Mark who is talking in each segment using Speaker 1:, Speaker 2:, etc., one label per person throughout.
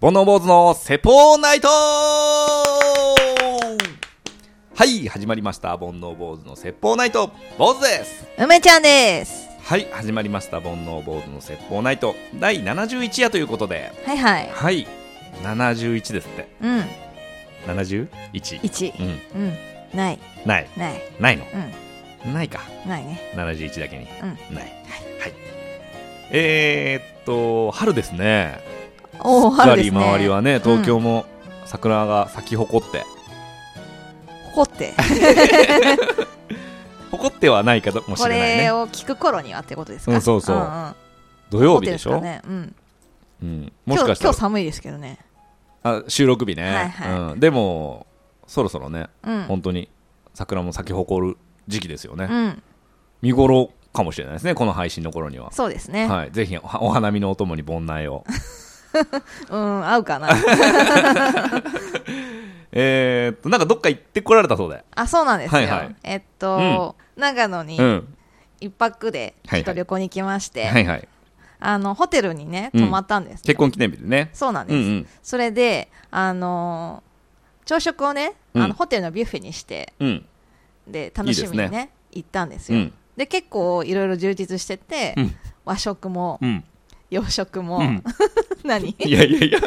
Speaker 1: 煩悩坊主の説法ナイトはい、始まりました。煩悩坊主の説法ナイト。坊主です。
Speaker 2: 梅ちゃんです。
Speaker 1: はい、始まりました。煩悩坊主の説法ナイト。第71夜ということで。
Speaker 2: はいはい。
Speaker 1: はい、71ですって。
Speaker 2: うん。
Speaker 1: 71?
Speaker 2: 一。
Speaker 1: うん、
Speaker 2: うん。ない。
Speaker 1: ない。
Speaker 2: ない。
Speaker 1: ないの
Speaker 2: う
Speaker 1: ないか。
Speaker 2: ん。ないね。
Speaker 1: 71だけに。
Speaker 2: うん。
Speaker 1: ない。はい。えー、っと、春ですね。
Speaker 2: おお、
Speaker 1: すっか
Speaker 2: 春で
Speaker 1: り
Speaker 2: すね。
Speaker 1: 周りはね、
Speaker 2: ん
Speaker 1: 東京も桜が咲き誇って、
Speaker 2: ほって。
Speaker 1: 誇ってはないかもし
Speaker 2: こ
Speaker 1: れない
Speaker 2: れ
Speaker 1: ね。
Speaker 2: を聞く頃にはってことです
Speaker 1: う
Speaker 2: か。
Speaker 1: んそうそうん
Speaker 2: ん
Speaker 1: 土曜日でし
Speaker 2: ホ
Speaker 1: ょ
Speaker 2: テルすかね。うん。
Speaker 1: うん、も
Speaker 2: 今
Speaker 1: し
Speaker 2: 日
Speaker 1: か
Speaker 2: 今
Speaker 1: した
Speaker 2: 日
Speaker 1: ら
Speaker 2: 寒いですけどね。
Speaker 1: あ収録日ね、
Speaker 2: はいはい
Speaker 1: うん、でもそろそろね、
Speaker 2: うん。
Speaker 1: 本当に桜も咲き誇る時期ですよね、
Speaker 2: うん。
Speaker 1: 見頃かもしれないですねこの配信の頃には、
Speaker 2: そうですね。
Speaker 1: はい、ぜひおお花見のお供に盆内を
Speaker 2: うん、合うかな。
Speaker 1: えーっとなんかどっか行ってこられたそうで
Speaker 2: あ、そうなんですよ。
Speaker 1: はいはい
Speaker 2: えっと、長野に
Speaker 1: うん
Speaker 2: 一泊でちょっと旅行に来まして、
Speaker 1: はいはい
Speaker 2: あのホテルにね
Speaker 1: うん
Speaker 2: 泊まったんです、
Speaker 1: 結婚記念日でね
Speaker 2: そうなん
Speaker 1: う
Speaker 2: で
Speaker 1: ん
Speaker 2: す。
Speaker 1: うん
Speaker 2: それで、あのー朝食をね、
Speaker 1: うん
Speaker 2: あのホテルのビュッフェにして
Speaker 1: うん
Speaker 2: で楽しみにね
Speaker 1: いいです
Speaker 2: 行ったんです
Speaker 1: う
Speaker 2: よ、
Speaker 1: ん
Speaker 2: で結構いろいろ充実してて、
Speaker 1: うん
Speaker 2: 和食も
Speaker 1: うん
Speaker 2: 洋食も、
Speaker 1: うん
Speaker 2: 何
Speaker 1: いやいやいや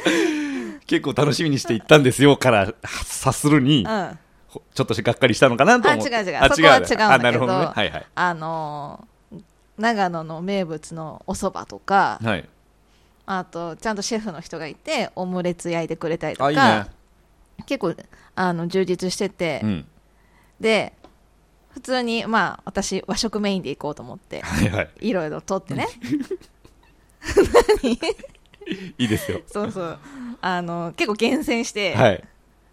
Speaker 1: 結構楽しみにして行ったんですよから察するに
Speaker 2: うん、あ
Speaker 1: ほちょっとがっかりしたのかなと思って
Speaker 2: あ違う違う
Speaker 1: あ
Speaker 2: そこは違うんだけど
Speaker 1: あなるほどねはいはい
Speaker 2: のー長野の名物のおそばとか
Speaker 1: はい
Speaker 2: あとちゃんとシェフの人がいてオムレツ焼いてくれたりと
Speaker 1: あ
Speaker 2: か
Speaker 1: いいね
Speaker 2: 結構あの充実してて、
Speaker 1: うん
Speaker 2: で普通にまあ私和食メインで行こうと思って
Speaker 1: はい はい
Speaker 2: いろいろとってね
Speaker 1: いいですよ
Speaker 2: そうそうあの結構厳選して、
Speaker 1: はい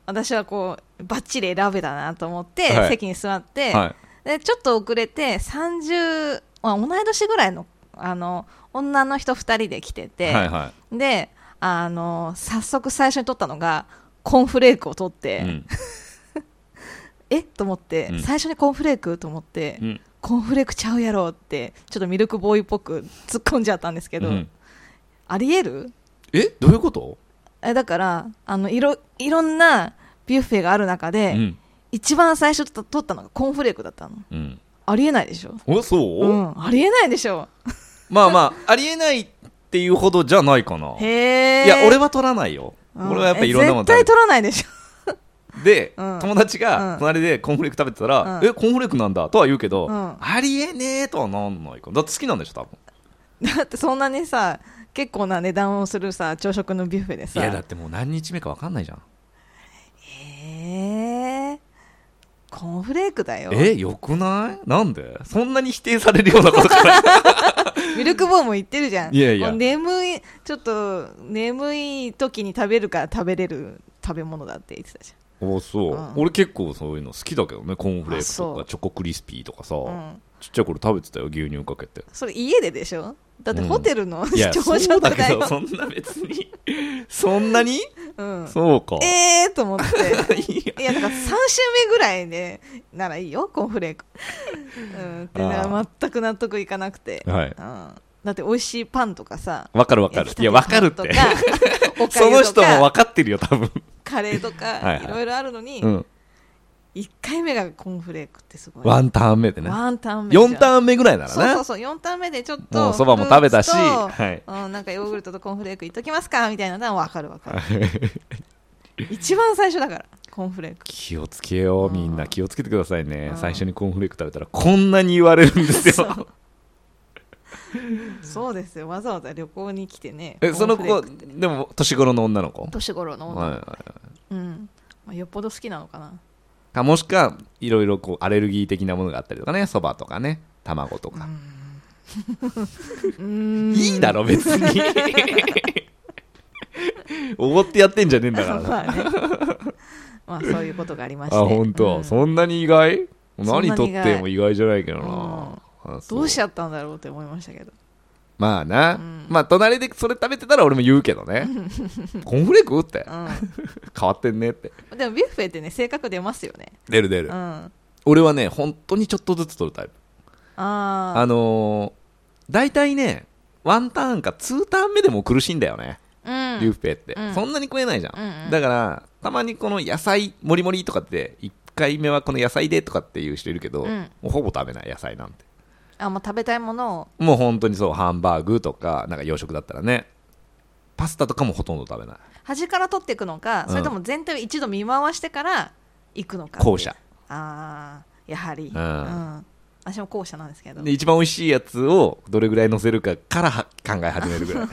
Speaker 2: 私はこうバッチリ選べたなと思って、
Speaker 1: はい
Speaker 2: 席に座って、
Speaker 1: は
Speaker 2: でちょっと遅れて30、まあ、同い年ぐらいのあの女の人2人で来て
Speaker 1: い
Speaker 2: て、
Speaker 1: はいは
Speaker 2: であの早速最初に取ったのがコーンフレークを取っ
Speaker 1: い
Speaker 2: て、
Speaker 1: うん
Speaker 2: えっと思って、
Speaker 1: うん
Speaker 2: 最初にコーンフレークと思って、
Speaker 1: うん
Speaker 2: コーンフレークちゃうやろってちょっとミルクボーイっぽく突っ込んじゃったんですけど、
Speaker 1: うん
Speaker 2: ありえる
Speaker 1: えどういうこと
Speaker 2: えだからあのいろいろんなビュッフェがある中
Speaker 1: う
Speaker 2: で、
Speaker 1: ん
Speaker 2: 一番最初と取ったのがコーンフレークだったの
Speaker 1: うん
Speaker 2: ありえないでしょ
Speaker 1: お
Speaker 2: う
Speaker 1: そうん
Speaker 2: ありえないでしょ
Speaker 1: まあまあありえないっていうほどじゃないかな
Speaker 2: へ
Speaker 1: い
Speaker 2: え
Speaker 1: や俺は取らないよ俺はやっぱいろんなもの
Speaker 2: 絶
Speaker 1: 食べて
Speaker 2: 対取らないでしょ
Speaker 1: で
Speaker 2: うん
Speaker 1: 友達
Speaker 2: う
Speaker 1: が
Speaker 2: ん
Speaker 1: 隣でコーンフレーク食べてたら
Speaker 2: うん
Speaker 1: えコーンフレークなんだとは言うけど
Speaker 2: うん
Speaker 1: ありえねえとはなんないかだって好きなんでしょ多分
Speaker 2: だってそんなにさ結構な値段をするさ朝食のビュッフェで
Speaker 1: い
Speaker 2: さ
Speaker 1: やだってもう何日目か分かんないじゃん
Speaker 2: へえコーンフレークだよ
Speaker 1: えよくないなんでそんなに否定されるようなことから
Speaker 2: ミルクボーイも言ってるじゃん
Speaker 1: いやいや
Speaker 2: もう眠いちょっと眠い時に食べるから食べれる食べ物だって言ってたじ
Speaker 1: おそう、
Speaker 2: うん
Speaker 1: 俺結構そういうの好きだけどねコーンフレー
Speaker 2: あ
Speaker 1: ク
Speaker 2: そ
Speaker 1: とか
Speaker 2: う
Speaker 1: チョコクリスピーとかさ、
Speaker 2: ゃん、うん、
Speaker 1: ちっちゃい頃食べてたよ牛乳かけ て
Speaker 2: それ家ででしょだってホテルの、
Speaker 1: いや
Speaker 2: 朝
Speaker 1: そう
Speaker 2: 食
Speaker 1: だけ
Speaker 2: だよ
Speaker 1: どそんな別に そんなに、
Speaker 2: うん、
Speaker 1: そうか
Speaker 2: えーと思って
Speaker 1: いや
Speaker 2: いやだから3週目ぐらいでならいいよコーンフレーク、うん、ってだから全く納得いかなくて、
Speaker 1: はい
Speaker 2: うん、だって美味しいパンとかさ
Speaker 1: わかるわかる
Speaker 2: 焼き
Speaker 1: い
Speaker 2: たて
Speaker 1: やわかるって
Speaker 2: パンとかおかゆとか
Speaker 1: その人もわかってるよ多分、
Speaker 2: カレーとか
Speaker 1: はいはい
Speaker 2: いろいろあるのに、
Speaker 1: うん、
Speaker 2: 1回目がコーンフレークってすごい
Speaker 1: ワンターン目でね
Speaker 2: ワンタン目じゃん
Speaker 1: 4ターン目ぐらいならね
Speaker 2: そうそうそう4ターン目でちょっと
Speaker 1: もうそばも食べたし
Speaker 2: フルーツと
Speaker 1: はい
Speaker 2: うん、なんかヨーグルトとコーンフレークいっときますかみたいなのは分かる分か る一番最初だからコーンフレーク
Speaker 1: 気をつけようみんな気をつけてくださいね
Speaker 2: うん
Speaker 1: 最初にコーンフレーク食べたらこんなに言われるん ですよ
Speaker 2: そうですよわざわざ旅行に来てね
Speaker 1: えその
Speaker 2: コーン
Speaker 1: 子
Speaker 2: フレークって
Speaker 1: でも年頃の女の子
Speaker 2: 年頃の女、
Speaker 1: はいはいはい
Speaker 2: うんまあ、よっぽど好きなのかな
Speaker 1: かもしくはいろいろこうアレルギー的なものがあったりとかねそばとかね卵とか いいだろ別に おごってやってんじゃねえんだからな
Speaker 2: まあねまあそういうことがありま
Speaker 1: あ
Speaker 2: して
Speaker 1: 本当、
Speaker 2: うん
Speaker 1: そんなに意外
Speaker 2: そんなに意
Speaker 1: 何
Speaker 2: 外
Speaker 1: とっても意外じゃないけどな、あそう
Speaker 2: どうしちゃったんだろうって思いましたけど
Speaker 1: まあな、
Speaker 2: うん
Speaker 1: まあ隣でそれ食べてたら俺も言うけど ねコーンフレークって
Speaker 2: う
Speaker 1: 変わってんねって
Speaker 2: ん、でもビュッフェってね性格出ますよね、
Speaker 1: 出る出
Speaker 2: う
Speaker 1: る、
Speaker 2: ん、あ
Speaker 1: 俺はね本当にちょっとずつ取るタイプ
Speaker 2: あ
Speaker 1: あのー、大体ね、ワンターンかツーターン目でも苦しいんだよね。
Speaker 2: うんうんうん
Speaker 1: ビュッフェって、
Speaker 2: うん
Speaker 1: そんなに食えないじゃん、
Speaker 2: うんうん
Speaker 1: だからたまにこの野菜もりもりとかって1回目はこの野菜でとかっていう人いるけど、
Speaker 2: うん
Speaker 1: もうほぼ食べない野菜なんて
Speaker 2: あもう食べたいものを
Speaker 1: もう本当にそうハンバーグとかなんか洋食だったらねパスタとかもほとんど食べない
Speaker 2: 端から取っていくのか、
Speaker 1: うん
Speaker 2: それとも全体を一度見回してから行くのか
Speaker 1: 後者
Speaker 2: あーやはり、
Speaker 1: ん
Speaker 2: うん私も後者なんですけど
Speaker 1: で一番美味しいやつをどれぐらい乗せるかからは考え始める ぐらい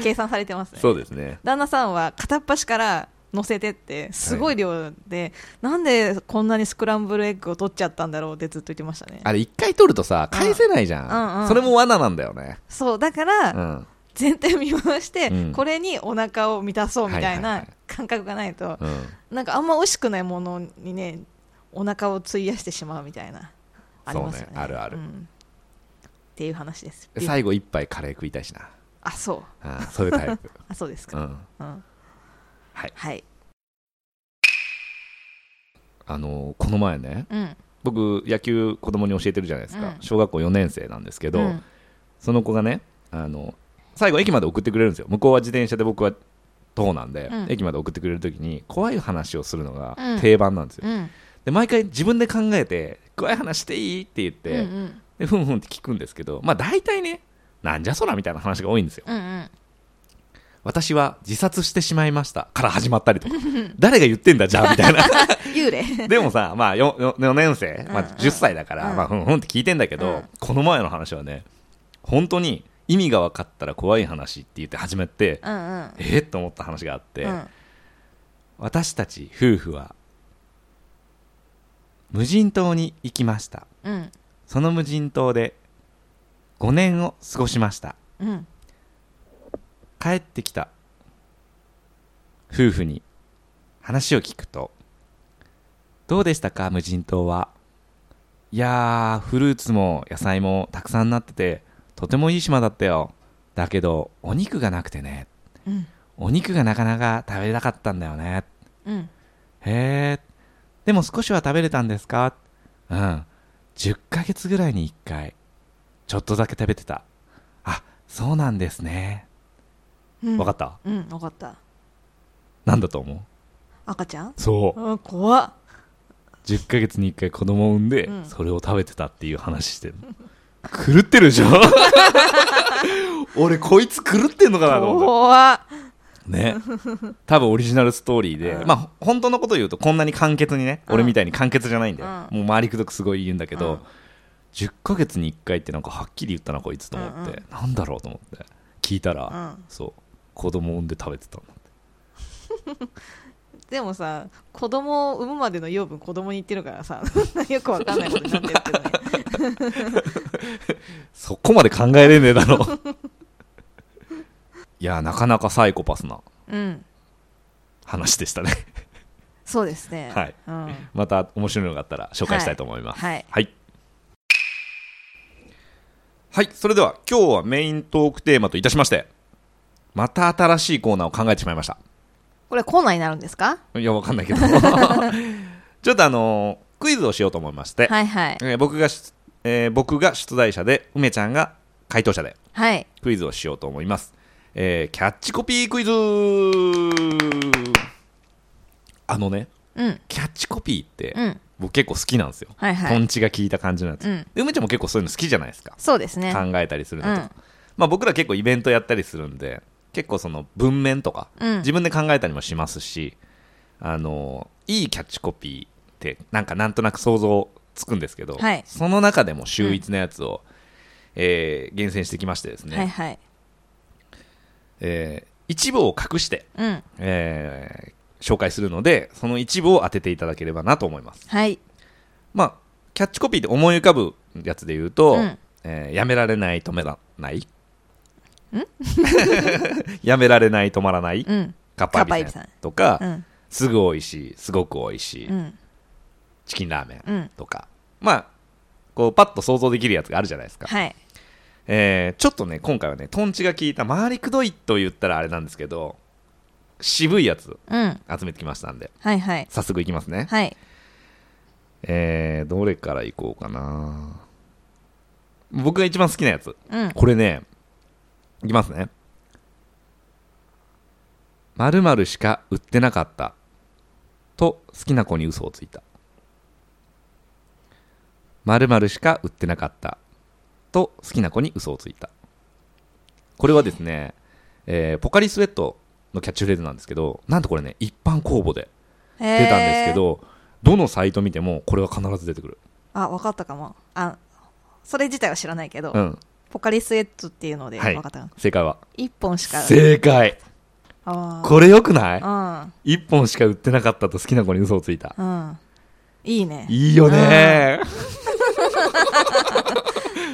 Speaker 2: 計算されてますね
Speaker 1: そうですね
Speaker 2: 旦那さんは片っ端から乗せてってすごい量で、なんでこんなにスクランブルエッグを取っちゃったんだろうってずっと言ってましたね
Speaker 1: あれ一回取るとさ返せないじゃん、
Speaker 2: うんうんうん
Speaker 1: それも罠なんだよね、
Speaker 2: そうだから、
Speaker 1: うん
Speaker 2: 全体を見回して、
Speaker 1: うん
Speaker 2: これにお腹を満たそうみたい
Speaker 1: はいはい
Speaker 2: な
Speaker 1: はい
Speaker 2: 感覚がないと、
Speaker 1: うん、
Speaker 2: なんかあんま美味しくないものにねお腹を費やしてしまうみたいなあります
Speaker 1: そ
Speaker 2: よ
Speaker 1: う
Speaker 2: ね
Speaker 1: ねあるある
Speaker 2: んっていう話です
Speaker 1: で最後一杯カレー食いたいしな、
Speaker 2: あそう
Speaker 1: うん、そういうタ イプ、
Speaker 2: あそうです
Speaker 1: う
Speaker 2: か、
Speaker 1: ん、
Speaker 2: うん
Speaker 1: はい
Speaker 2: はい
Speaker 1: あのこの前ね
Speaker 2: うん
Speaker 1: 僕野球子供に教えてるじゃないですか、
Speaker 2: うん
Speaker 1: 小学校4年生なんですけど、
Speaker 2: うん
Speaker 1: その子がねあの最後駅まで送ってくれるんですよ向こうは自転車で僕は徒歩なんで、
Speaker 2: うん
Speaker 1: 駅まで送ってくれる時に怖い話をするのが
Speaker 2: うん
Speaker 1: 定番なんですよ、
Speaker 2: うん
Speaker 1: で毎回自分で考えて怖い話していいって言って、
Speaker 2: うんうん
Speaker 1: でふんふんって聞くんですけどまあ大体ねなんじゃそらみたいな話が多いんですよ
Speaker 2: うんうん
Speaker 1: 私は自殺してしまいましたから始まったりと か誰が言ってんだじゃあみたいな
Speaker 2: 幽 霊
Speaker 1: でもさ、まあ、よよ4年生、まあ、
Speaker 2: うんうん
Speaker 1: 10歳だから、
Speaker 2: うん
Speaker 1: まあ、ふんふんって聞いてんだけど、
Speaker 2: うん
Speaker 1: この前の話はね本当に意味が分かったら怖い話って言って始めて、
Speaker 2: うんうん
Speaker 1: えっと思った話があって、
Speaker 2: うん
Speaker 1: 私たち夫婦は無人島に行きました
Speaker 2: うん
Speaker 1: その無人島で5年を過ごしました
Speaker 2: うん
Speaker 1: 帰ってきた夫婦に話を聞くと「どうでしたか無人島は」「いやーフルーツも野菜もたくさんなっててとてもいい島だったよだけどお肉がなくてね
Speaker 2: うん
Speaker 1: お肉がなかなか食べれなかったんだよね
Speaker 2: うん
Speaker 1: へえでも少しは食べれたんですかうん10ヶ月ぐらいに1回ちょっとだけ食べてたあそうなんですね
Speaker 2: うん
Speaker 1: わかった
Speaker 2: うんわかった
Speaker 1: なんだと思う
Speaker 2: 赤ちゃん
Speaker 1: そう
Speaker 2: あ怖っ
Speaker 1: 10ヶ月に1回子供を産んで、
Speaker 2: うん
Speaker 1: それを食べてたっていう話してるの狂ってるで しょ俺こいつ狂ってんのかなと思っ
Speaker 2: 怖った
Speaker 1: ね多分オリジナルストーリーで、
Speaker 2: うん
Speaker 1: まあ本当のこと言うとこんなに簡潔にね、
Speaker 2: うん
Speaker 1: 俺みたいに簡潔じゃないんだよ、
Speaker 2: う
Speaker 1: もう周りくどくすごい言うんだけど、
Speaker 2: うん
Speaker 1: 10ヶ月に1回ってなんかはっきり言ったなこいつと思って、
Speaker 2: うん
Speaker 1: なんだろうと思って聞いたら、
Speaker 2: うん
Speaker 1: そう子供を産んで食べてたの
Speaker 2: でもさ子供を産むまでの養分子供に言ってるか らさよくわかんないことになってるけどね
Speaker 1: そこまで考えれねえだ ろいやなかなかサイコパスな
Speaker 2: うん
Speaker 1: 話でしたね
Speaker 2: そうですね
Speaker 1: はい、
Speaker 2: うん
Speaker 1: また面白いのがあったら紹介したいと思います
Speaker 2: はい
Speaker 1: はい、はいそれでは今日はメイントークテーマといたしましてまた新しいコーナーを考えてしまいました
Speaker 2: これコーナーになるんですか
Speaker 1: いやわかんないけど ちょっとあのークイズをしようと思いまして、
Speaker 2: はいはい
Speaker 1: えー僕がし、えー僕が出題者で梅ちゃんが回答者で
Speaker 2: はい
Speaker 1: クイズをしようと思います、えーキャッチコピークイズあのね
Speaker 2: うん
Speaker 1: キャッチコピーって、
Speaker 2: うん
Speaker 1: 僕結構好きなんですよ、
Speaker 2: はいは
Speaker 1: ト
Speaker 2: い
Speaker 1: ンチが効いた感じのやつ、
Speaker 2: うん
Speaker 1: で梅ちゃんも結構そういうの好きじゃないですか、
Speaker 2: そうですね
Speaker 1: 考えたりする
Speaker 2: う
Speaker 1: のとか、
Speaker 2: ん
Speaker 1: まあ、僕ら結構イベントやったりするんで結構その文面とか、
Speaker 2: うん
Speaker 1: 自分で考えたりもしますしあのいいキャッチコピーってなんかなんとなく想像つくんですけど、
Speaker 2: はい
Speaker 1: その中でも秀逸なやつを、えー厳選してきましてですね、
Speaker 2: はいはい
Speaker 1: えー一部を隠して、
Speaker 2: うん
Speaker 1: えー紹介するのでその一部を当てていただければなと思います
Speaker 2: はい
Speaker 1: まあキャッチコピーで思い浮かぶやつで言うと、
Speaker 2: うん
Speaker 1: えーやめられない止めらないん やめられない止まらない、
Speaker 2: うん
Speaker 1: カッパエビ
Speaker 2: カッパエビ
Speaker 1: さ
Speaker 2: せ
Speaker 1: ん
Speaker 2: ん
Speaker 1: とか、
Speaker 2: うん
Speaker 1: すぐ美味しいすごく美味しい、
Speaker 2: うん
Speaker 1: チキンラーメン
Speaker 2: うん
Speaker 1: とかまあこうパッと想像できるやつがあるじゃないですか、
Speaker 2: はい
Speaker 1: えーちょっとね今回はねトンチが効いた回りくどいと言ったらあれなんですけど渋いやつ
Speaker 2: うん
Speaker 1: 集めてきましたんで
Speaker 2: はいはい
Speaker 1: 早速いきますね、
Speaker 2: はい
Speaker 1: えー、どれからいこうかな僕が一番好きなやつ
Speaker 2: うん
Speaker 1: これねいきますね〇〇しか売ってなかったと好きな子に嘘をついた〇〇しか売ってなかったと好きな子に嘘をついたこれはですね、えーポカリスエットのキャッチフレーズなんですけどなんとこれね一般公募で
Speaker 2: 出
Speaker 1: 出たんですけど、どのサイト見てもこれは必ず出てくる、
Speaker 2: あ分かったかもあそれ自体は知らないけど、
Speaker 1: うん、
Speaker 2: ポカリスエットっていうので
Speaker 1: はい
Speaker 2: 分かったかな、
Speaker 1: 正解は
Speaker 2: 一1本しか
Speaker 1: 正解
Speaker 2: あ
Speaker 1: これよくない
Speaker 2: あ
Speaker 1: 一本しか売ってなかったと好きな子に嘘をついた
Speaker 2: うんうんいいね
Speaker 1: いいよね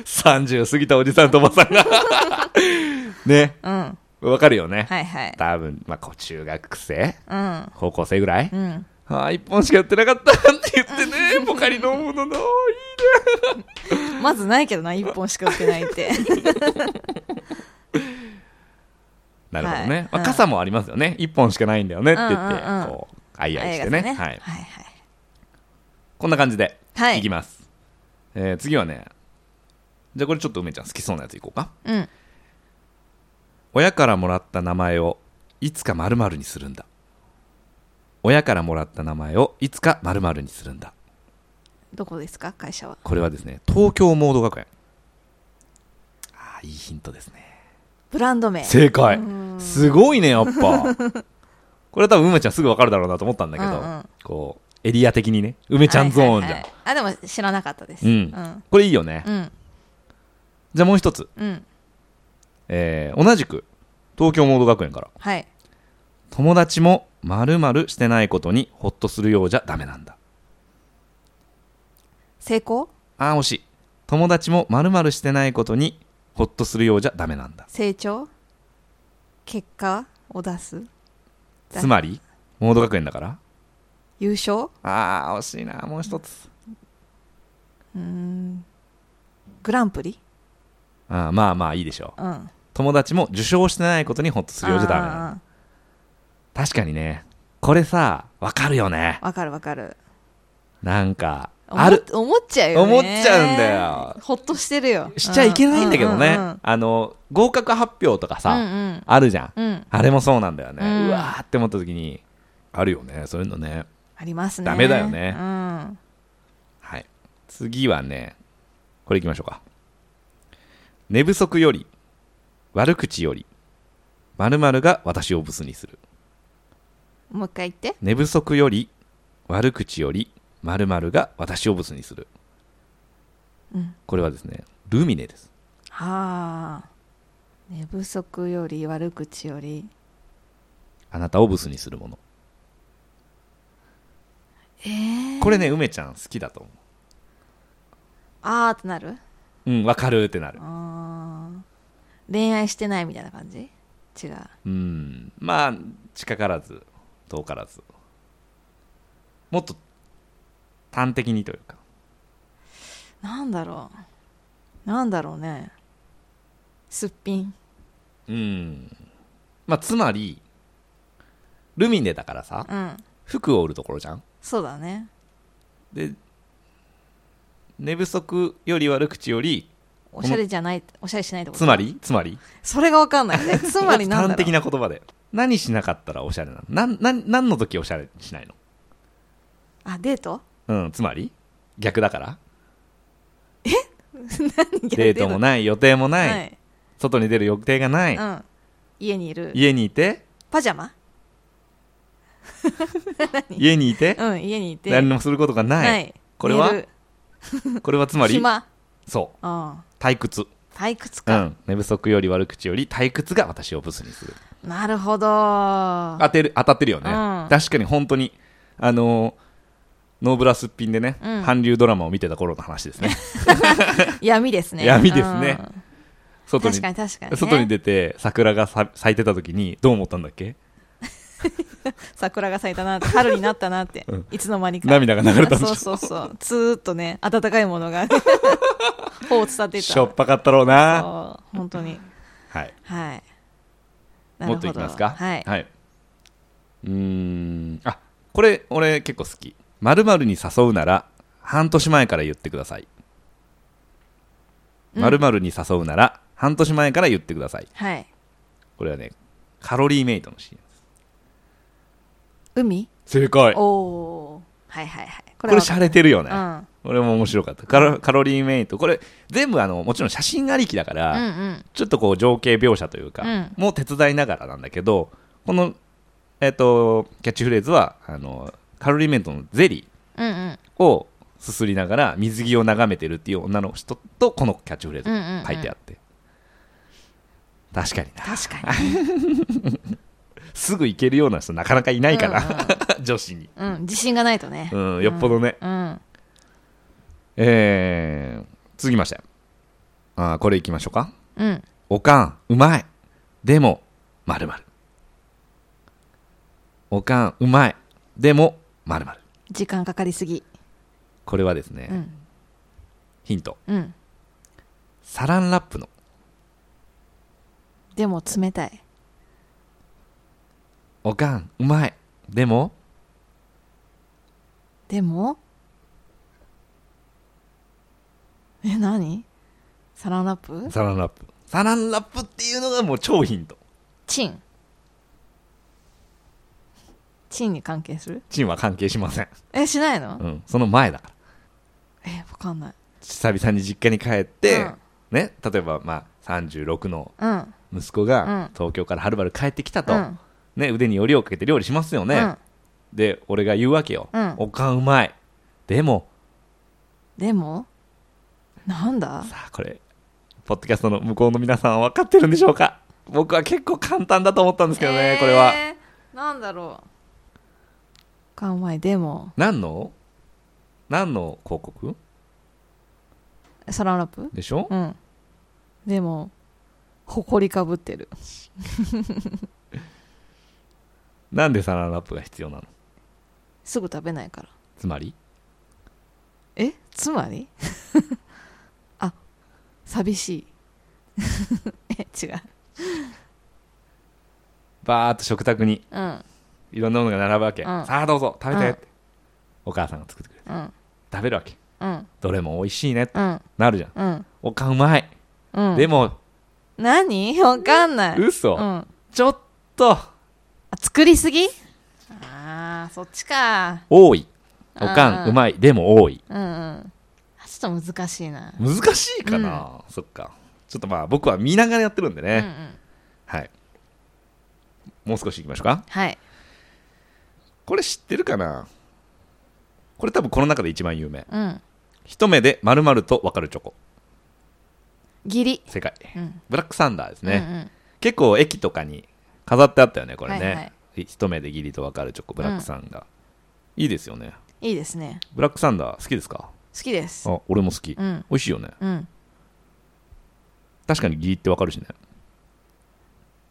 Speaker 1: 三30過ぎたおじさんとおばさん がね
Speaker 2: うん
Speaker 1: わかるよね、
Speaker 2: はいはい
Speaker 1: 多分まあこう中学生
Speaker 2: うん
Speaker 1: 高校生ぐらい、
Speaker 2: うん
Speaker 1: ああ一本しか売ってなかったって言って ねポカリ飲むののいい
Speaker 2: まずないけどな1本しか売ってないって
Speaker 1: なるほど
Speaker 2: はい
Speaker 1: ね、まあ
Speaker 2: うん
Speaker 1: 傘もありますよね一本しかないんだよねって言って、
Speaker 2: うんうんうん
Speaker 1: こうあ いあいし
Speaker 2: 映
Speaker 1: てね
Speaker 2: 画だ
Speaker 1: は
Speaker 2: はいい、はい
Speaker 1: こんな感じで、
Speaker 2: はい
Speaker 1: いきます、えー次はねじゃあこれちょっと梅ちゃん好きそうなやついこうか
Speaker 2: うん
Speaker 1: 親からもらった名前をいつか〇〇にするんだ親からもらった名前をいつか〇〇にするんだ
Speaker 2: どこですか会社は
Speaker 1: これはですね東京モード学園あーいいヒントですね
Speaker 2: ブランド名
Speaker 1: 正解
Speaker 2: うん
Speaker 1: すごいねやっぱ これは多分梅ちゃんすぐ分かるだろうなと思ったんだけど、
Speaker 2: うんうん
Speaker 1: こうエリア的にね梅ちゃんゾーンじゃん、
Speaker 2: はいはいはいあでも知らなかったです
Speaker 1: うん
Speaker 2: うん
Speaker 1: これいいよね、
Speaker 2: うん
Speaker 1: じゃあもう一つ、
Speaker 2: うん
Speaker 1: えー同じく東京モード学園から
Speaker 2: はい
Speaker 1: 友達も〇〇してないことにホッとするようじゃダメなんだ
Speaker 2: 成功
Speaker 1: あー惜しい友達も〇〇してないことにホッとするようじゃダメなんだ
Speaker 2: 成長結果を出すだ
Speaker 1: つまりモード学園だから
Speaker 2: 優勝
Speaker 1: あー惜しいなもう一つ
Speaker 2: うーんグランプリ
Speaker 1: あーまあまあいいでしょう
Speaker 2: うん
Speaker 1: 友達も受賞してないことにホッとするようじゃダメなんだ
Speaker 2: あ
Speaker 1: 確かにねこれさわかるよね
Speaker 2: ーわかるわかる
Speaker 1: なんか
Speaker 2: 思っ
Speaker 1: ある
Speaker 2: 思っちゃうよね
Speaker 1: 思っちゃうんだよ
Speaker 2: ほっとしてるよ
Speaker 1: しちゃいけないんだけどね、
Speaker 2: うんうんうん
Speaker 1: あの合格発表とかさ、
Speaker 2: うん
Speaker 1: あるじゃん
Speaker 2: うんうん
Speaker 1: あれもそうなんだよね、う
Speaker 2: うん
Speaker 1: わーって思った時にあるよねそういうのね
Speaker 2: ありますね
Speaker 1: ダメだよね
Speaker 2: うん
Speaker 1: はい次はねこれいきましょうか寝不足より悪口より〇〇が私をブスにする
Speaker 2: もう一回言って
Speaker 1: 寝不足より悪口より〇〇が私をブスにする、
Speaker 2: うん
Speaker 1: これはですねルミネです
Speaker 2: はあ寝不足より悪口より
Speaker 1: あなたをブスにするもの
Speaker 2: えー、
Speaker 1: これね梅ちゃん好きだと思
Speaker 2: あーってなる
Speaker 1: ううんわかるってなる
Speaker 2: あー恋愛してないみたいな感じ違う
Speaker 1: うんまあ近からず遠からずもっと端的にというか
Speaker 2: なんだろうなんだろうねすっぴん
Speaker 1: うんまあつまりルミネだからさ
Speaker 2: うん
Speaker 1: 服を売るところじゃん
Speaker 2: そうだね
Speaker 1: で寝不足より悪口より
Speaker 2: おしゃれじゃないおしゃれしないってこと
Speaker 1: つまりつまり
Speaker 2: それがわかん ないねつまりなんだろ
Speaker 1: 端
Speaker 2: う
Speaker 1: 的な言葉で何しなかったらおしゃれなのなんなん何の時おしゃれしないの
Speaker 2: あデート
Speaker 1: うんつまり逆だから
Speaker 2: いや
Speaker 1: デートもない予定も
Speaker 2: デ
Speaker 1: ない、
Speaker 2: ー
Speaker 1: 外に出る予定がない、
Speaker 2: トはいうん、家にいる
Speaker 1: 家にいて
Speaker 2: パジャマ
Speaker 1: 家にいて
Speaker 2: うん家にいて
Speaker 1: 何もすることがない、
Speaker 2: はい
Speaker 1: これは
Speaker 2: 寝る
Speaker 1: これはつまり
Speaker 2: 暇
Speaker 1: そう
Speaker 2: うん
Speaker 1: 退屈、
Speaker 2: 退屈
Speaker 1: う
Speaker 2: か、
Speaker 1: ん、寝不足より悪口より退屈が私をブスにする
Speaker 2: なるほどあ
Speaker 1: 当てる当たってるよね、
Speaker 2: うん
Speaker 1: 確かに本当にあのーノーブラすっぴんでね、
Speaker 2: うん
Speaker 1: 韓流ドラマを見てた頃の話ですね
Speaker 2: 闇ですね
Speaker 1: 闇ですね
Speaker 2: うん
Speaker 1: 外に
Speaker 2: 確かに確かに、ね、
Speaker 1: 外に出て桜がさ咲いてた時にどう思ったんだっけ
Speaker 2: 桜が咲いたなって春になったなって、
Speaker 1: うん
Speaker 2: いつの間にか
Speaker 1: 涙が流れたんで
Speaker 2: そう
Speaker 1: しょ
Speaker 2: そう そうずーっとね温かいものがね頬を伝っていた
Speaker 1: しょっぱかったろうな
Speaker 2: そう本当に
Speaker 1: はい
Speaker 2: はいな
Speaker 1: も
Speaker 2: る
Speaker 1: っ
Speaker 2: ほ
Speaker 1: と
Speaker 2: ど
Speaker 1: いきますか
Speaker 2: はい、
Speaker 1: うーんあこれ俺結構好き「まるに誘うなら半年前から言ってください」
Speaker 2: うん
Speaker 1: まるに誘うなら半年前から言ってください
Speaker 2: はい、
Speaker 1: これはねカロリーメイトのシーン
Speaker 2: 海
Speaker 1: 正解
Speaker 2: おおーはいはいはいこ
Speaker 1: これ
Speaker 2: は
Speaker 1: 洒落てるよね、
Speaker 2: うん
Speaker 1: これも面白かったカロカロリーメイトこれ全部あのもちろん写真ありきだから、
Speaker 2: うんうん
Speaker 1: ちょっとこう情景描写というか、
Speaker 2: うん
Speaker 1: もう手伝いながらなんだけどこの、えっとキャッチフレーズはあのカロリーメイトのゼリ
Speaker 2: うんうん
Speaker 1: ーをすすりながら水着を眺めてるっていう女の人とこのキャッチフレーズ
Speaker 2: うんうんうん
Speaker 1: が書いてあって、確かにな
Speaker 2: 確かに
Speaker 1: すぐ行けるような人なかなかいないから、
Speaker 2: う ん
Speaker 1: 女子に、
Speaker 2: うん自信がないとね
Speaker 1: うん、よっぽどね、
Speaker 2: うん
Speaker 1: えー、続きましてあーこれいきましょうか
Speaker 2: うん
Speaker 1: おかん、うまい。でも、まるまる。おかん、うまい。でも、まるまる。
Speaker 2: 時間かかりすぎ
Speaker 1: これはですね、
Speaker 2: うん
Speaker 1: ヒント。
Speaker 2: うん
Speaker 1: サランラップの。
Speaker 2: でも冷たい
Speaker 1: おかん、うまい。でも、
Speaker 2: でもえ何サランラップ
Speaker 1: サランラップ。サランラップっていうのがもう超ヒント。
Speaker 2: チンチンに関係する
Speaker 1: チンは関係しません。
Speaker 2: えしないの
Speaker 1: うん。その前だから。
Speaker 2: えわかんない
Speaker 1: 久々に実家に帰って、
Speaker 2: うん
Speaker 1: ね、例えば、まあ、36の
Speaker 2: うん
Speaker 1: 息子
Speaker 2: うん
Speaker 1: が東京からはるばる帰ってきたと、
Speaker 2: うん
Speaker 1: ね、腕によりをかけて料理しますよね。
Speaker 2: うん
Speaker 1: で俺が言うわけよ、
Speaker 2: うん
Speaker 1: おかんうまいでも
Speaker 2: でもなんだ
Speaker 1: さあこれポッドキャストの向こうの皆さんは分かってるんでしょうか僕は結構簡単だと思ったんですけどね、これは
Speaker 2: えーなんだろうかんまいでも
Speaker 1: 何の何の広告
Speaker 2: サランラップ
Speaker 1: でしょ、
Speaker 2: うんでもほこりかぶってる
Speaker 1: なんでサランラップが必要なの
Speaker 2: すぐ食べないから
Speaker 1: つまり
Speaker 2: えつまり あ寂しい え違う
Speaker 1: バーっと食卓に
Speaker 2: うん
Speaker 1: いろんなものが並ぶわけ、
Speaker 2: うん
Speaker 1: さあどうぞ食べて
Speaker 2: うん
Speaker 1: って、お母さんが作ってくれる
Speaker 2: うん
Speaker 1: 食べるわけ
Speaker 2: うん
Speaker 1: どれも美味しいねって
Speaker 2: うん
Speaker 1: なるじゃん
Speaker 2: うん
Speaker 1: おかんうまい、
Speaker 2: うん
Speaker 1: でも
Speaker 2: 何わかんない
Speaker 1: 嘘、
Speaker 2: うんあ
Speaker 1: ちょっと
Speaker 2: 作りすぎあーそっちか
Speaker 1: 多いおか
Speaker 2: あ
Speaker 1: ん
Speaker 2: ー
Speaker 1: うまいでも多い
Speaker 2: うんうんあちょっと難しいな
Speaker 1: 難しいかな、そっかちょっとまあ僕は見ながらやってるんで
Speaker 2: うんう
Speaker 1: ね、
Speaker 2: ん
Speaker 1: はいもう少しいきましょうか
Speaker 2: はい
Speaker 1: これ知ってるかなこれ多分この中で一番有名
Speaker 2: うん
Speaker 1: 一目でまるとわかるチョコ
Speaker 2: ギリ
Speaker 1: 正解
Speaker 2: うん
Speaker 1: ブラックサンダーですね、
Speaker 2: うんうん
Speaker 1: 結構駅とかに飾ってあったよねこれね、
Speaker 2: はいはい
Speaker 1: 一目でギリとわかるチョコブラックサンダー、いいですよね
Speaker 2: いいですね
Speaker 1: ブラックサンダー好きですか
Speaker 2: 好きです
Speaker 1: あ俺も好き、
Speaker 2: うん
Speaker 1: 美味しいよね
Speaker 2: うん
Speaker 1: 確かにギリってわかるしね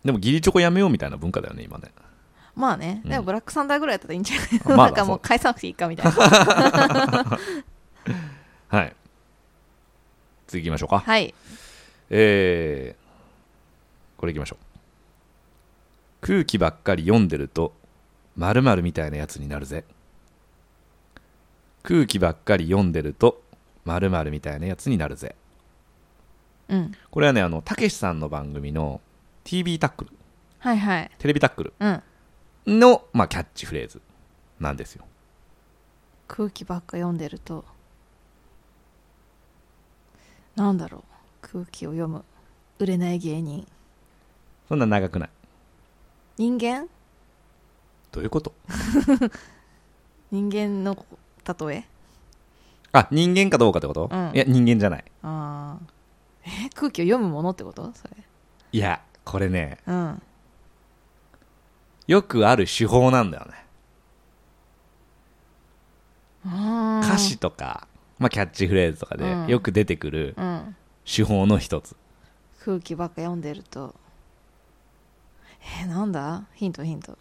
Speaker 1: でもギリチョコやめようみたいな文化だよね今ね
Speaker 2: まあね、
Speaker 1: うん
Speaker 2: でもブラックサンダーぐらいだったらいいんじゃない、
Speaker 1: まあ
Speaker 2: なんかもう返さなくていいかみたいな。
Speaker 1: はい。次行きましょうか。
Speaker 2: はい。
Speaker 1: えー、これ行きましょう。空気ばっかり読んでると、まるみたいなやつになるぜ。空気ばっかり読んでると、まるみたいなやつになるぜ。
Speaker 2: うん。
Speaker 1: これはね、あの、たけしさんの番組の TV タックル、
Speaker 2: はいはい。
Speaker 1: テレビタックル
Speaker 2: うん。
Speaker 1: の、まあ、キャッチフレーズなんですよ。
Speaker 2: 空気ばっか読んでると、なんだろう。空気を読む。売れない芸人。
Speaker 1: そんな長くない。
Speaker 2: 人間
Speaker 1: どういうこと
Speaker 2: 人間の例え
Speaker 1: あ、人間かどうかってこと、
Speaker 2: うん
Speaker 1: いや、人間じゃない。
Speaker 2: ああ。え空気を読むものってことそれ。
Speaker 1: いや、これね、
Speaker 2: うん。
Speaker 1: よくある手法なんだよね。
Speaker 2: あー
Speaker 1: 歌詞とか、まあ、キャッチフレーズとかで
Speaker 2: うん
Speaker 1: よく出てくる
Speaker 2: うん。
Speaker 1: 手法の一つ、
Speaker 2: 空気ばっか読んでると、えー、なんだヒントヒント。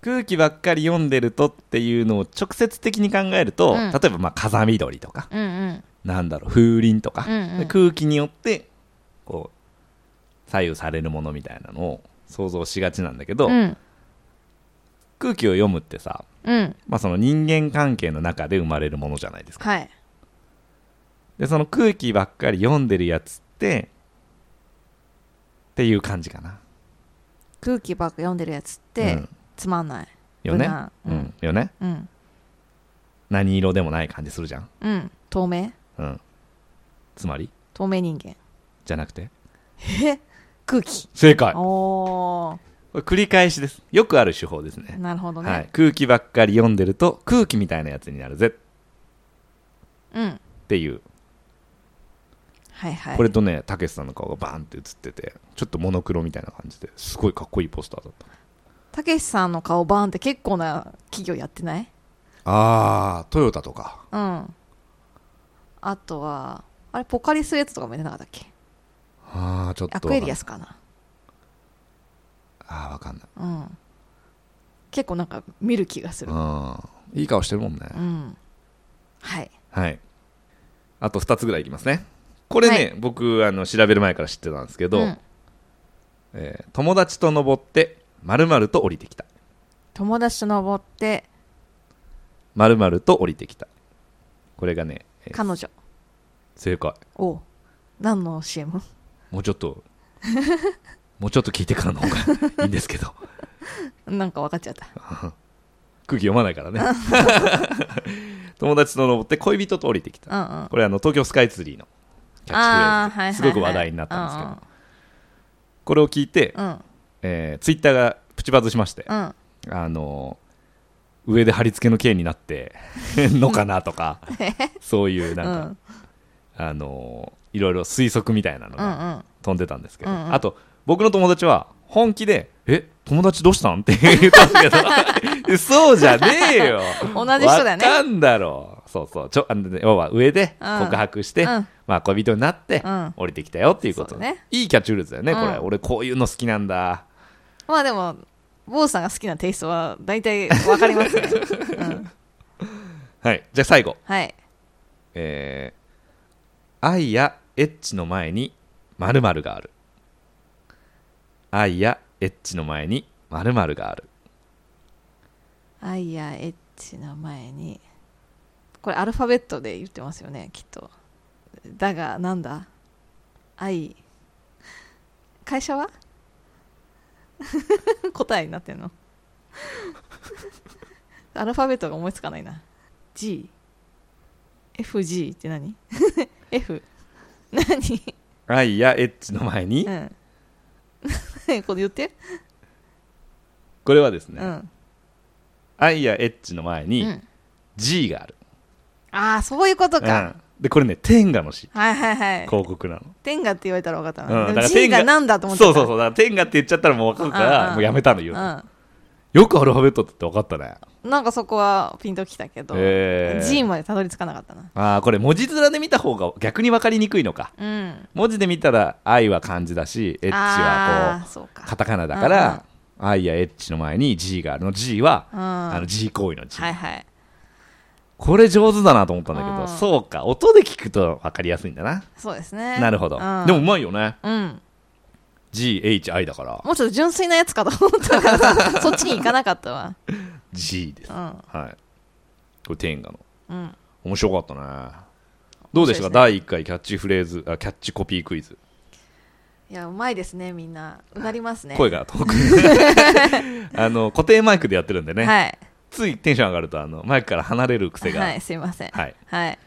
Speaker 1: 空気ばっかり読んでるとっていうのを直接的に考えると、
Speaker 2: うん
Speaker 1: 例えばまあ風見鳥とか
Speaker 2: うんうん。
Speaker 1: なんだろう風鈴とか、
Speaker 2: うんうん
Speaker 1: 空気によってこう左右されるものみたいなのを想像しがちなんだけど、
Speaker 2: うん。
Speaker 1: 空気を読むってさ、
Speaker 2: うん。
Speaker 1: まあ、その人間関係の中で生まれるものじゃないですか
Speaker 2: はい。
Speaker 1: でその空気ばっかり読んでるやつってっていう感じかな
Speaker 2: 空気ばっか読んでるやつって、
Speaker 1: うん
Speaker 2: つまんない
Speaker 1: よね
Speaker 2: 無難
Speaker 1: う
Speaker 2: うん
Speaker 1: んよね
Speaker 2: うん
Speaker 1: 何色でもない感じするじゃん
Speaker 2: うん透明
Speaker 1: うんつまり
Speaker 2: 透明人間
Speaker 1: じゃなくて
Speaker 2: え空気
Speaker 1: 正解こ
Speaker 2: お
Speaker 1: れ繰り返しですよくある手法です
Speaker 2: ー
Speaker 1: ね
Speaker 2: なるほどね、
Speaker 1: はい、空気ばっかり読んでると空気みたいなやつになるぜっ
Speaker 2: うん
Speaker 1: ていう、
Speaker 2: はいはい
Speaker 1: これとねたけしさんの顔がバーンって映っててちょっとモノクロみたいな感じですごいかっこいいポスターだった
Speaker 2: たけしさんの顔バーンって結構な企業やってない
Speaker 1: ああトヨタとか
Speaker 2: うんあとはあれポカリスエットとかも入れてなかったっけ
Speaker 1: ああちょっと
Speaker 2: アクエリアスかな
Speaker 1: ああわかんない
Speaker 2: うん結構なんか見る気がする
Speaker 1: うんいい顔してるもんね、
Speaker 2: うんはい
Speaker 1: はいあと2つぐらいいきますねこれね、
Speaker 2: は
Speaker 1: 僕あの調べる前から知ってたんですけど、
Speaker 2: ん
Speaker 1: えー友達と登ってまると降りてきた
Speaker 2: 友達と登って
Speaker 1: まると降りてきたこれがね、えー
Speaker 2: 彼女
Speaker 1: 正解
Speaker 2: を何の CM?
Speaker 1: もうちょっと もうちょっと聞いてからの方 がいいんですけど
Speaker 2: なんか分かっち ゃった
Speaker 1: 空気読まない からね友達と登って恋人と降りてきた
Speaker 2: うんうん
Speaker 1: これあの東京スカイツリーのキャッ
Speaker 2: あ
Speaker 1: チ
Speaker 2: ー
Speaker 1: フレーズで
Speaker 2: はいはいはい
Speaker 1: すごく話題になったんですけど、これを聞いて、
Speaker 2: うんうん
Speaker 1: えーツイッターがプチバズしまして、
Speaker 2: うんうん
Speaker 1: あのー上で貼り付けの刑になって のかなとかそういうなんか、あのーいろいろ推測みたいなの
Speaker 2: うんう
Speaker 1: が
Speaker 2: ん
Speaker 1: 飛んでたんですけど、
Speaker 2: うんうん
Speaker 1: あと僕の友達は本気で「え友達どうしたん?」って言ったん だけどそうじゃねえよ
Speaker 2: 同じ人だよね
Speaker 1: わかんだろうそうそうちょあのね要は上で
Speaker 2: うん
Speaker 1: 告白して、
Speaker 2: うん
Speaker 1: まあ恋人になって、
Speaker 2: うん
Speaker 1: 降りてきたよっていうこと
Speaker 2: そうだね
Speaker 1: いいキャッチフレーズだよねこれ、
Speaker 2: うん
Speaker 1: 俺こういうの好きなんだ
Speaker 2: まあでも坊さんが好きなテイストは大体分かりま すね、うん、
Speaker 1: はいじゃあ最後
Speaker 2: はい
Speaker 1: えー愛やエッチの前に〇〇がある愛やエッチの前に〇〇がある
Speaker 2: 愛やエッチの前にこれアルファベットで言ってますよねきっとだがなんだ愛会社は 答えになってんの アルファベットが思いつかないな GFG って何 ?F 何
Speaker 1: 愛やエッチの前に、
Speaker 2: うん これ言って、
Speaker 1: これはですね、
Speaker 2: うん
Speaker 1: 愛やエッチの前
Speaker 2: う
Speaker 1: に
Speaker 2: ん
Speaker 1: G がある、
Speaker 2: ああそういうこと
Speaker 1: うん
Speaker 2: か、
Speaker 1: でこれね天下の詩
Speaker 2: はいはいはい
Speaker 1: 広告なの、
Speaker 2: 天下って言われたら分かった
Speaker 1: うんだか
Speaker 2: な、でも
Speaker 1: ら
Speaker 2: G
Speaker 1: 天下
Speaker 2: がなんだと思ってた
Speaker 1: そうそうそうだから天下って言っちゃったらもう分かるか
Speaker 2: うん
Speaker 1: ら
Speaker 2: うん
Speaker 1: もうやめたのよ、
Speaker 2: う
Speaker 1: よくアルファベットって分かったね
Speaker 2: ん、なんかそこはピンときたけど、
Speaker 1: へー
Speaker 2: G までたどり着かなかったな
Speaker 1: ああこれ文字面で見た方が逆に分かりにくいのか
Speaker 2: うん
Speaker 1: 文字で見たら愛は漢字だしエッチはこう
Speaker 2: あーそうか
Speaker 1: カタカナだから、I や H の前に G があるの G は、
Speaker 2: うん
Speaker 1: あの G 行為の G、
Speaker 2: はいはい
Speaker 1: これ上手だなと思ったんだけど、
Speaker 2: うん
Speaker 1: そうか音で聞くと分かりやすいんだな、
Speaker 2: そうですね
Speaker 1: なるほど、
Speaker 2: うん、
Speaker 1: でもうまいよね
Speaker 2: うん
Speaker 1: GHI だから
Speaker 2: もうちょっと純粋なやつかと思ったから さそっちに行かなかったわ
Speaker 1: G です、
Speaker 2: うん
Speaker 1: はいこれ天下の
Speaker 2: うん
Speaker 1: 面白かったねどうでしたか、
Speaker 2: 面白
Speaker 1: 第1回キャッチフレーズあキャッチコピークイズ、
Speaker 2: いやうまいですねみんなうなりますね
Speaker 1: 声が遠 くあの固定マイクでやってるんでね、
Speaker 2: はい
Speaker 1: ついテンション上がるとあのマイクから離れる癖が、
Speaker 2: はいすいません
Speaker 1: はい
Speaker 2: はい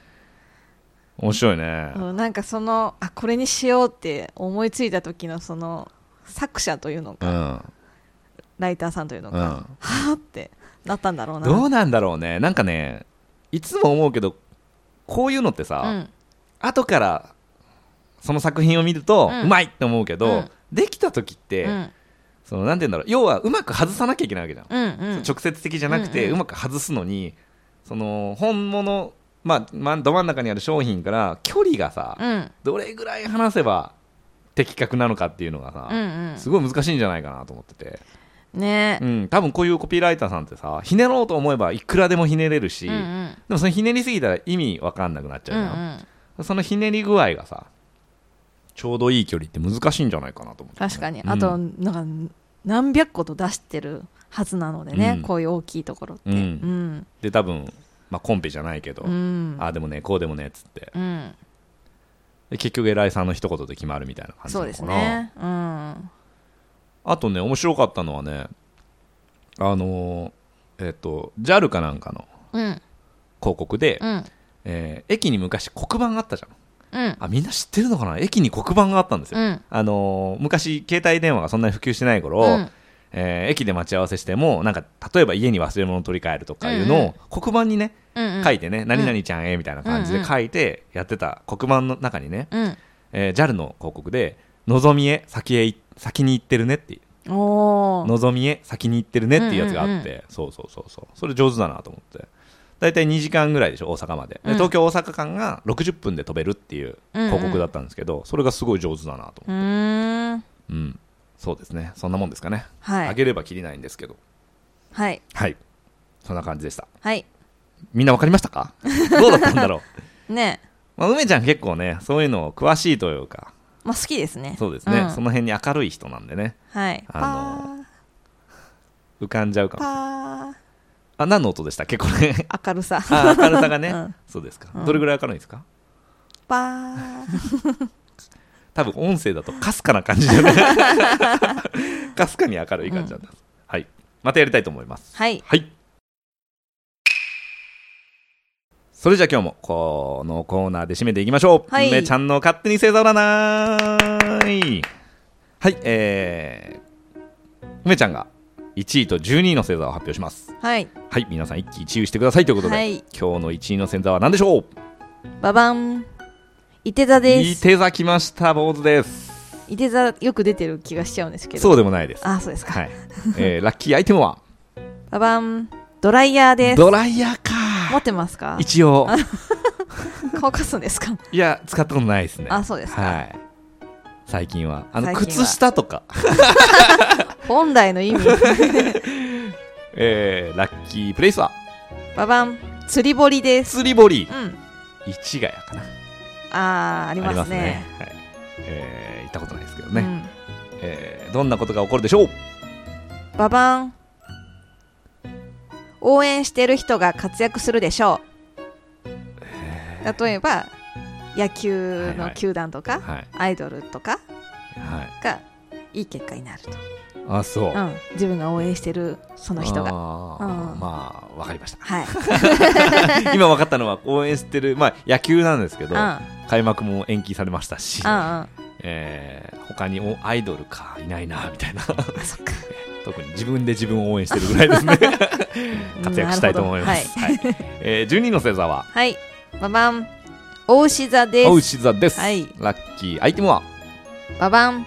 Speaker 1: 面白いね、
Speaker 2: うんなんかそのあこれにしようって思いついた時のその作者というの
Speaker 1: う
Speaker 2: か、
Speaker 1: ん
Speaker 2: ライターさんというの
Speaker 1: う
Speaker 2: か、
Speaker 1: ん
Speaker 2: はあってなったんだろうな
Speaker 1: どうなんだろうねなんかねいつも思うけどこういうのってさ、
Speaker 2: うん、
Speaker 1: 後からその作品を見ると、う
Speaker 2: う
Speaker 1: んまいって思うけど、
Speaker 2: うん
Speaker 1: できた時って、
Speaker 2: うん
Speaker 1: そのなんて言うんだろう要はうまく外さなきゃいけないわけじゃん、
Speaker 2: うんうん
Speaker 1: 直接的じゃなくて、
Speaker 2: う
Speaker 1: うん
Speaker 2: うん
Speaker 1: まく外すのにその本物まあまど真ん中にある商品から距離がさ、
Speaker 2: うん
Speaker 1: どれぐらい離せば的確なのかっていうのがさ、
Speaker 2: うん
Speaker 1: すごい難しいんじゃないかなと思ってて、
Speaker 2: うんね
Speaker 1: うん、多分こういうコピーライターさんってさひねろうと思えばいくらでもひねれるし、
Speaker 2: うんうん
Speaker 1: でもそのひねりすぎたら意味わかんなくなっちゃ
Speaker 2: う
Speaker 1: うんじゃん、
Speaker 2: うん
Speaker 1: そのひねり具合がさちょうどいい距離って難しいんじゃないかなと思って
Speaker 2: 確かに
Speaker 1: うん
Speaker 2: あとなんか何百個と出してるはずなのでね、
Speaker 1: うん
Speaker 2: こういう大きいところって
Speaker 1: う
Speaker 2: うんん
Speaker 1: で多分、まあ、コンペじゃないけど、
Speaker 2: うん
Speaker 1: ああでもねこうでもねっつって
Speaker 2: うん
Speaker 1: で結局偉いさんの一言で決まるみたいな感じな
Speaker 2: そ
Speaker 1: の
Speaker 2: う
Speaker 1: かな
Speaker 2: ですねうん
Speaker 1: あとね面白かったのはねあのーえっと JAL かなんかの
Speaker 2: うん
Speaker 1: 広告で、
Speaker 2: うん
Speaker 1: えー駅に昔黒板があったじゃん
Speaker 2: うん
Speaker 1: あみんな知ってるのかな駅に黒板があったんですよ、
Speaker 2: うん
Speaker 1: あのー昔携帯電話がそんなに普及してない頃、
Speaker 2: うん
Speaker 1: えー駅で待ち合わせしてもなんか例えば家に忘れ物取り替えるとかいうのを黒板にね
Speaker 2: うん
Speaker 1: 書いてね、何々ちゃんへみたいな感じで書いてやってた黒板の中にね、
Speaker 2: うん
Speaker 1: えー JAL の広告で「のぞみへ先へい先に行ってるね」っていう「
Speaker 2: おー
Speaker 1: のぞみへ先に行ってるね」っていうやつがあって、
Speaker 2: うんう
Speaker 1: そうそうそうそうそれ上手だなと思って大体2時間ぐらいでしょ大阪までで
Speaker 2: うん
Speaker 1: 東京大阪間が60分で飛べるっていう広告だったんですけど、それがすごい上手だなと
Speaker 2: う
Speaker 1: 思
Speaker 2: ーん
Speaker 1: う、うん、そうですねそんなもんですかね、
Speaker 2: は
Speaker 1: あ
Speaker 2: い
Speaker 1: げればきりないんですけど
Speaker 2: はい
Speaker 1: はいそんな感じでした
Speaker 2: はい
Speaker 1: みんなわかりましたか どうだったんだろう
Speaker 2: ね
Speaker 1: まあ、梅ちゃん結構ねそういうの詳しいというか
Speaker 2: まあ好きですね
Speaker 1: そうですね、
Speaker 2: ん
Speaker 1: その辺に明るい人なんでね
Speaker 2: はい
Speaker 1: あの
Speaker 2: パー
Speaker 1: 浮かんじゃうかも
Speaker 2: パ
Speaker 1: あ何の音でしたっけこ れ
Speaker 2: ー明るさ
Speaker 1: あ明るさがね、
Speaker 2: うん
Speaker 1: そうですか、
Speaker 2: うん
Speaker 1: どれぐらい明るいんですか
Speaker 2: パー
Speaker 1: 多分音声だとかすかな感じで ねかすかに明るい感じなんです、はいまたやりたいと思います
Speaker 2: はい
Speaker 1: はいそれじゃあ今日もこのコーナーで締めていきましょう、
Speaker 2: はい
Speaker 1: 梅ちゃんの勝手に星座占いはいえー、梅ちゃんが1位と12位の星座を発表します
Speaker 2: はい
Speaker 1: はい皆さん一喜一憂してくださいということで、
Speaker 2: はい
Speaker 1: 今日の1位の星座は何でしょう
Speaker 2: ババン伊手座で
Speaker 1: いい
Speaker 2: す
Speaker 1: 手座きました坊主です
Speaker 2: 伊手座よく出てる気がしちゃうんですけど
Speaker 1: そうでもないです
Speaker 2: あそうですか
Speaker 1: はい、えー、ラッキーアイテムは
Speaker 2: ババンドライヤーです
Speaker 1: ドライヤー
Speaker 2: 持
Speaker 1: か
Speaker 2: ってますか
Speaker 1: 一応
Speaker 2: 乾かすんで すか
Speaker 1: いや使ったことないですね
Speaker 2: あそうですか
Speaker 1: はい最近はあの
Speaker 2: 最近
Speaker 1: 靴
Speaker 2: は
Speaker 1: 下と か、
Speaker 2: 本来の意味
Speaker 1: えー、ラッキープレイスは
Speaker 2: ババン釣り堀です
Speaker 1: 釣り堀
Speaker 2: うん
Speaker 1: 市ヶ谷かな
Speaker 2: あーありますね
Speaker 1: はいえー、行ったことないですけどね、
Speaker 2: うん
Speaker 1: えー、どんなことが起こるでしょう
Speaker 2: ババン応援してる人が活躍するでしょう例えば野球の球団とか
Speaker 1: はい
Speaker 2: アイドルとか
Speaker 1: はい
Speaker 2: がいい結果になると、
Speaker 1: あそう、
Speaker 2: うん、自分が応援してるその人が
Speaker 1: あ
Speaker 2: う
Speaker 1: ー
Speaker 2: ん
Speaker 1: まあわかりました
Speaker 2: はい、
Speaker 1: 今分かったのは応援してる、まあ、野球なんですけ
Speaker 2: う
Speaker 1: ど、
Speaker 2: んうん
Speaker 1: 開幕も延期されましたし、
Speaker 2: うん、あ
Speaker 1: えー、他におアイドルかいないなみたいな
Speaker 2: そっか
Speaker 1: 特に自分で自分を応援してるぐらいですね活躍したいと思います、
Speaker 2: な
Speaker 1: はいえー、12の星座は
Speaker 2: はいババン大牛座で
Speaker 1: おう
Speaker 2: す
Speaker 1: し座です、
Speaker 2: はい
Speaker 1: ラッキーアイテムは
Speaker 2: ババン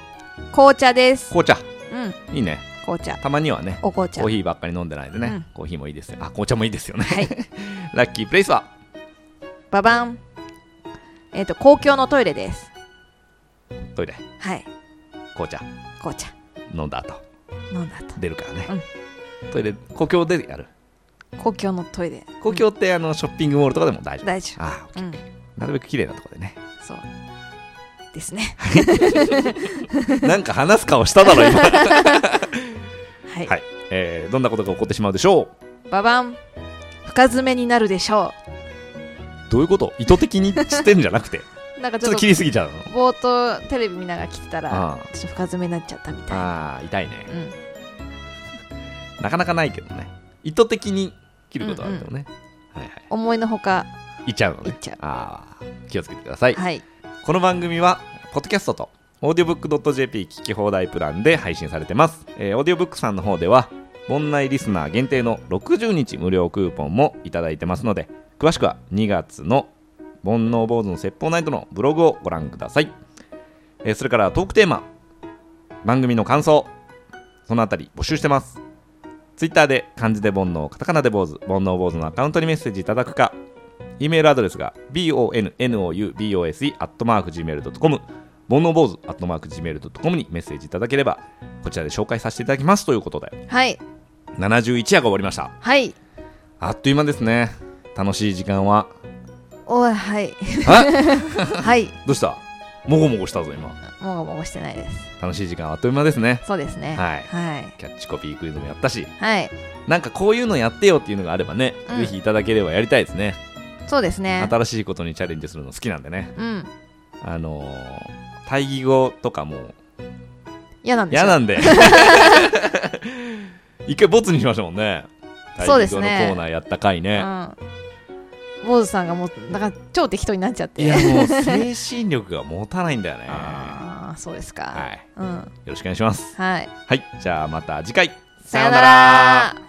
Speaker 2: 紅茶です
Speaker 1: 紅茶
Speaker 2: うん
Speaker 1: いいね
Speaker 2: 紅茶
Speaker 1: たまにはね
Speaker 2: お紅茶
Speaker 1: コーヒーばっかり飲んでないでね、
Speaker 2: うん
Speaker 1: コーヒーもいいですよあ紅茶もいいですよね、
Speaker 2: はい
Speaker 1: ラッキープレイスは
Speaker 2: ババンえっ、と公共のトイレです
Speaker 1: トイレ
Speaker 2: はい
Speaker 1: 紅茶
Speaker 2: 紅茶
Speaker 1: 飲んだ後
Speaker 2: 飲んだと
Speaker 1: 出るからね、トイレ公共でやる
Speaker 2: 公共のトイレ
Speaker 1: 公共ってあのショッピングモールとかでも大丈夫
Speaker 2: 大丈
Speaker 1: あ
Speaker 2: 夫うん
Speaker 1: あなるべく綺麗なとこでね
Speaker 2: そうですね
Speaker 1: なんか話す顔しただろ今 は
Speaker 2: はい、
Speaker 1: い、えーどんなことが起こってしまうでしょう
Speaker 2: ババン深爪になるでしょ
Speaker 1: どういうこと意図的にしてんじゃなくて
Speaker 2: うなんか
Speaker 1: ち
Speaker 2: ち
Speaker 1: ょっ
Speaker 2: ょ
Speaker 1: と
Speaker 2: っと
Speaker 1: 切りすぎちゃうの
Speaker 2: ぼーっとテレビ見ながら来てたら
Speaker 1: あ
Speaker 2: ちょっと深爪になっちゃったみたいな
Speaker 1: あー痛いね
Speaker 2: うん
Speaker 1: なかなかないけどね意図的に切ることはあるけどね、はいは
Speaker 2: 思いのほか
Speaker 1: いいっちゃうの
Speaker 2: い
Speaker 1: ね
Speaker 2: っちゃう
Speaker 1: ああ気をつけてください、
Speaker 2: はい
Speaker 1: この番組はポッドキャストとオーディオブック .jp 聞き放題プランで配信されてます、えーオーディオブックさんの方では盆内リスナー限定の60日無料クーポンもいただいてますので詳しくは2月の煩悩坊主の説法ナイトのブログをご覧ください、えーそれからトークテーマ番組の感想そのあたり募集してますツイッターで漢字で煩悩カタカナで坊主煩悩坊主のアカウントにメッセージいただくか E メールアドレスが bonoubose.gmail.com 煩悩坊主 .gmail.com にメッセージいただければこちらで紹介させていただきますということで
Speaker 2: はい
Speaker 1: 71夜が終わりました
Speaker 2: はい
Speaker 1: あっという間ですね楽しい時間は
Speaker 2: おいはい
Speaker 1: あ
Speaker 2: はい
Speaker 1: どうしたもごもごしたぞ今
Speaker 2: もごもごしてないです
Speaker 1: 楽しい時間はあっという間ですね
Speaker 2: そうですね
Speaker 1: はい
Speaker 2: はい
Speaker 1: キャッチコピークイズもやったし
Speaker 2: はい
Speaker 1: なんかこういうのやってよっていうのがあればね、
Speaker 2: うん
Speaker 1: ぜひいただければやりたいですね
Speaker 2: そうですね
Speaker 1: 新しいことにチャレンジするの好きなんでね
Speaker 2: うん
Speaker 1: あのー、対義語とかも
Speaker 2: 嫌なんです
Speaker 1: 嫌 な
Speaker 2: よ
Speaker 1: んで一回ボツにしましたもんねタイ
Speaker 2: そう
Speaker 1: ミング
Speaker 2: です
Speaker 1: のコ
Speaker 2: ね
Speaker 1: ーナーやった回ね
Speaker 2: うん坊主さんがもうだから超適当になっちゃって
Speaker 1: いやもう精神力が持たないんだよねは
Speaker 2: ああそうですか、
Speaker 1: い
Speaker 2: うん
Speaker 1: よろしくお願いします
Speaker 2: はい
Speaker 1: はいじゃあまた次回
Speaker 2: さよなら